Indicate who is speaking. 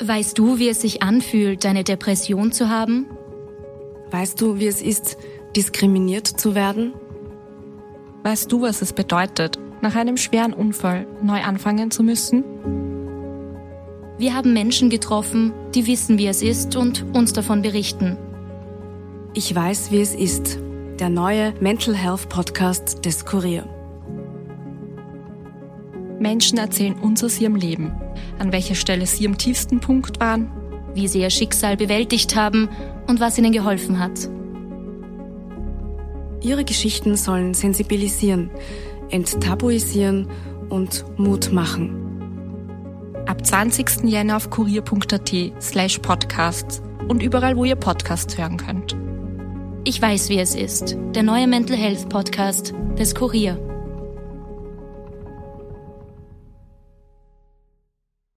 Speaker 1: Weißt du, wie es sich anfühlt, eine Depression zu haben?
Speaker 2: Weißt du, wie es ist, diskriminiert zu werden?
Speaker 3: Weißt du, was es bedeutet, nach einem schweren Unfall neu anfangen zu müssen?
Speaker 1: Wir haben Menschen getroffen, die wissen, wie es ist und uns davon berichten.
Speaker 2: Ich weiß, wie es ist. Der neue Mental Health Podcast des Kurier.
Speaker 3: Menschen erzählen uns aus ihrem Leben, an welcher Stelle sie am tiefsten Punkt waren.
Speaker 1: Wie sie ihr Schicksal bewältigt haben und was ihnen geholfen hat.
Speaker 2: Ihre Geschichten sollen sensibilisieren, enttabuisieren und Mut machen.
Speaker 3: Ab 20. Jänner auf kurier.at slash podcasts und überall, wo ihr Podcasts hören könnt.
Speaker 1: Ich weiß, wie es ist. Der neue Mental Health Podcast des Kurier.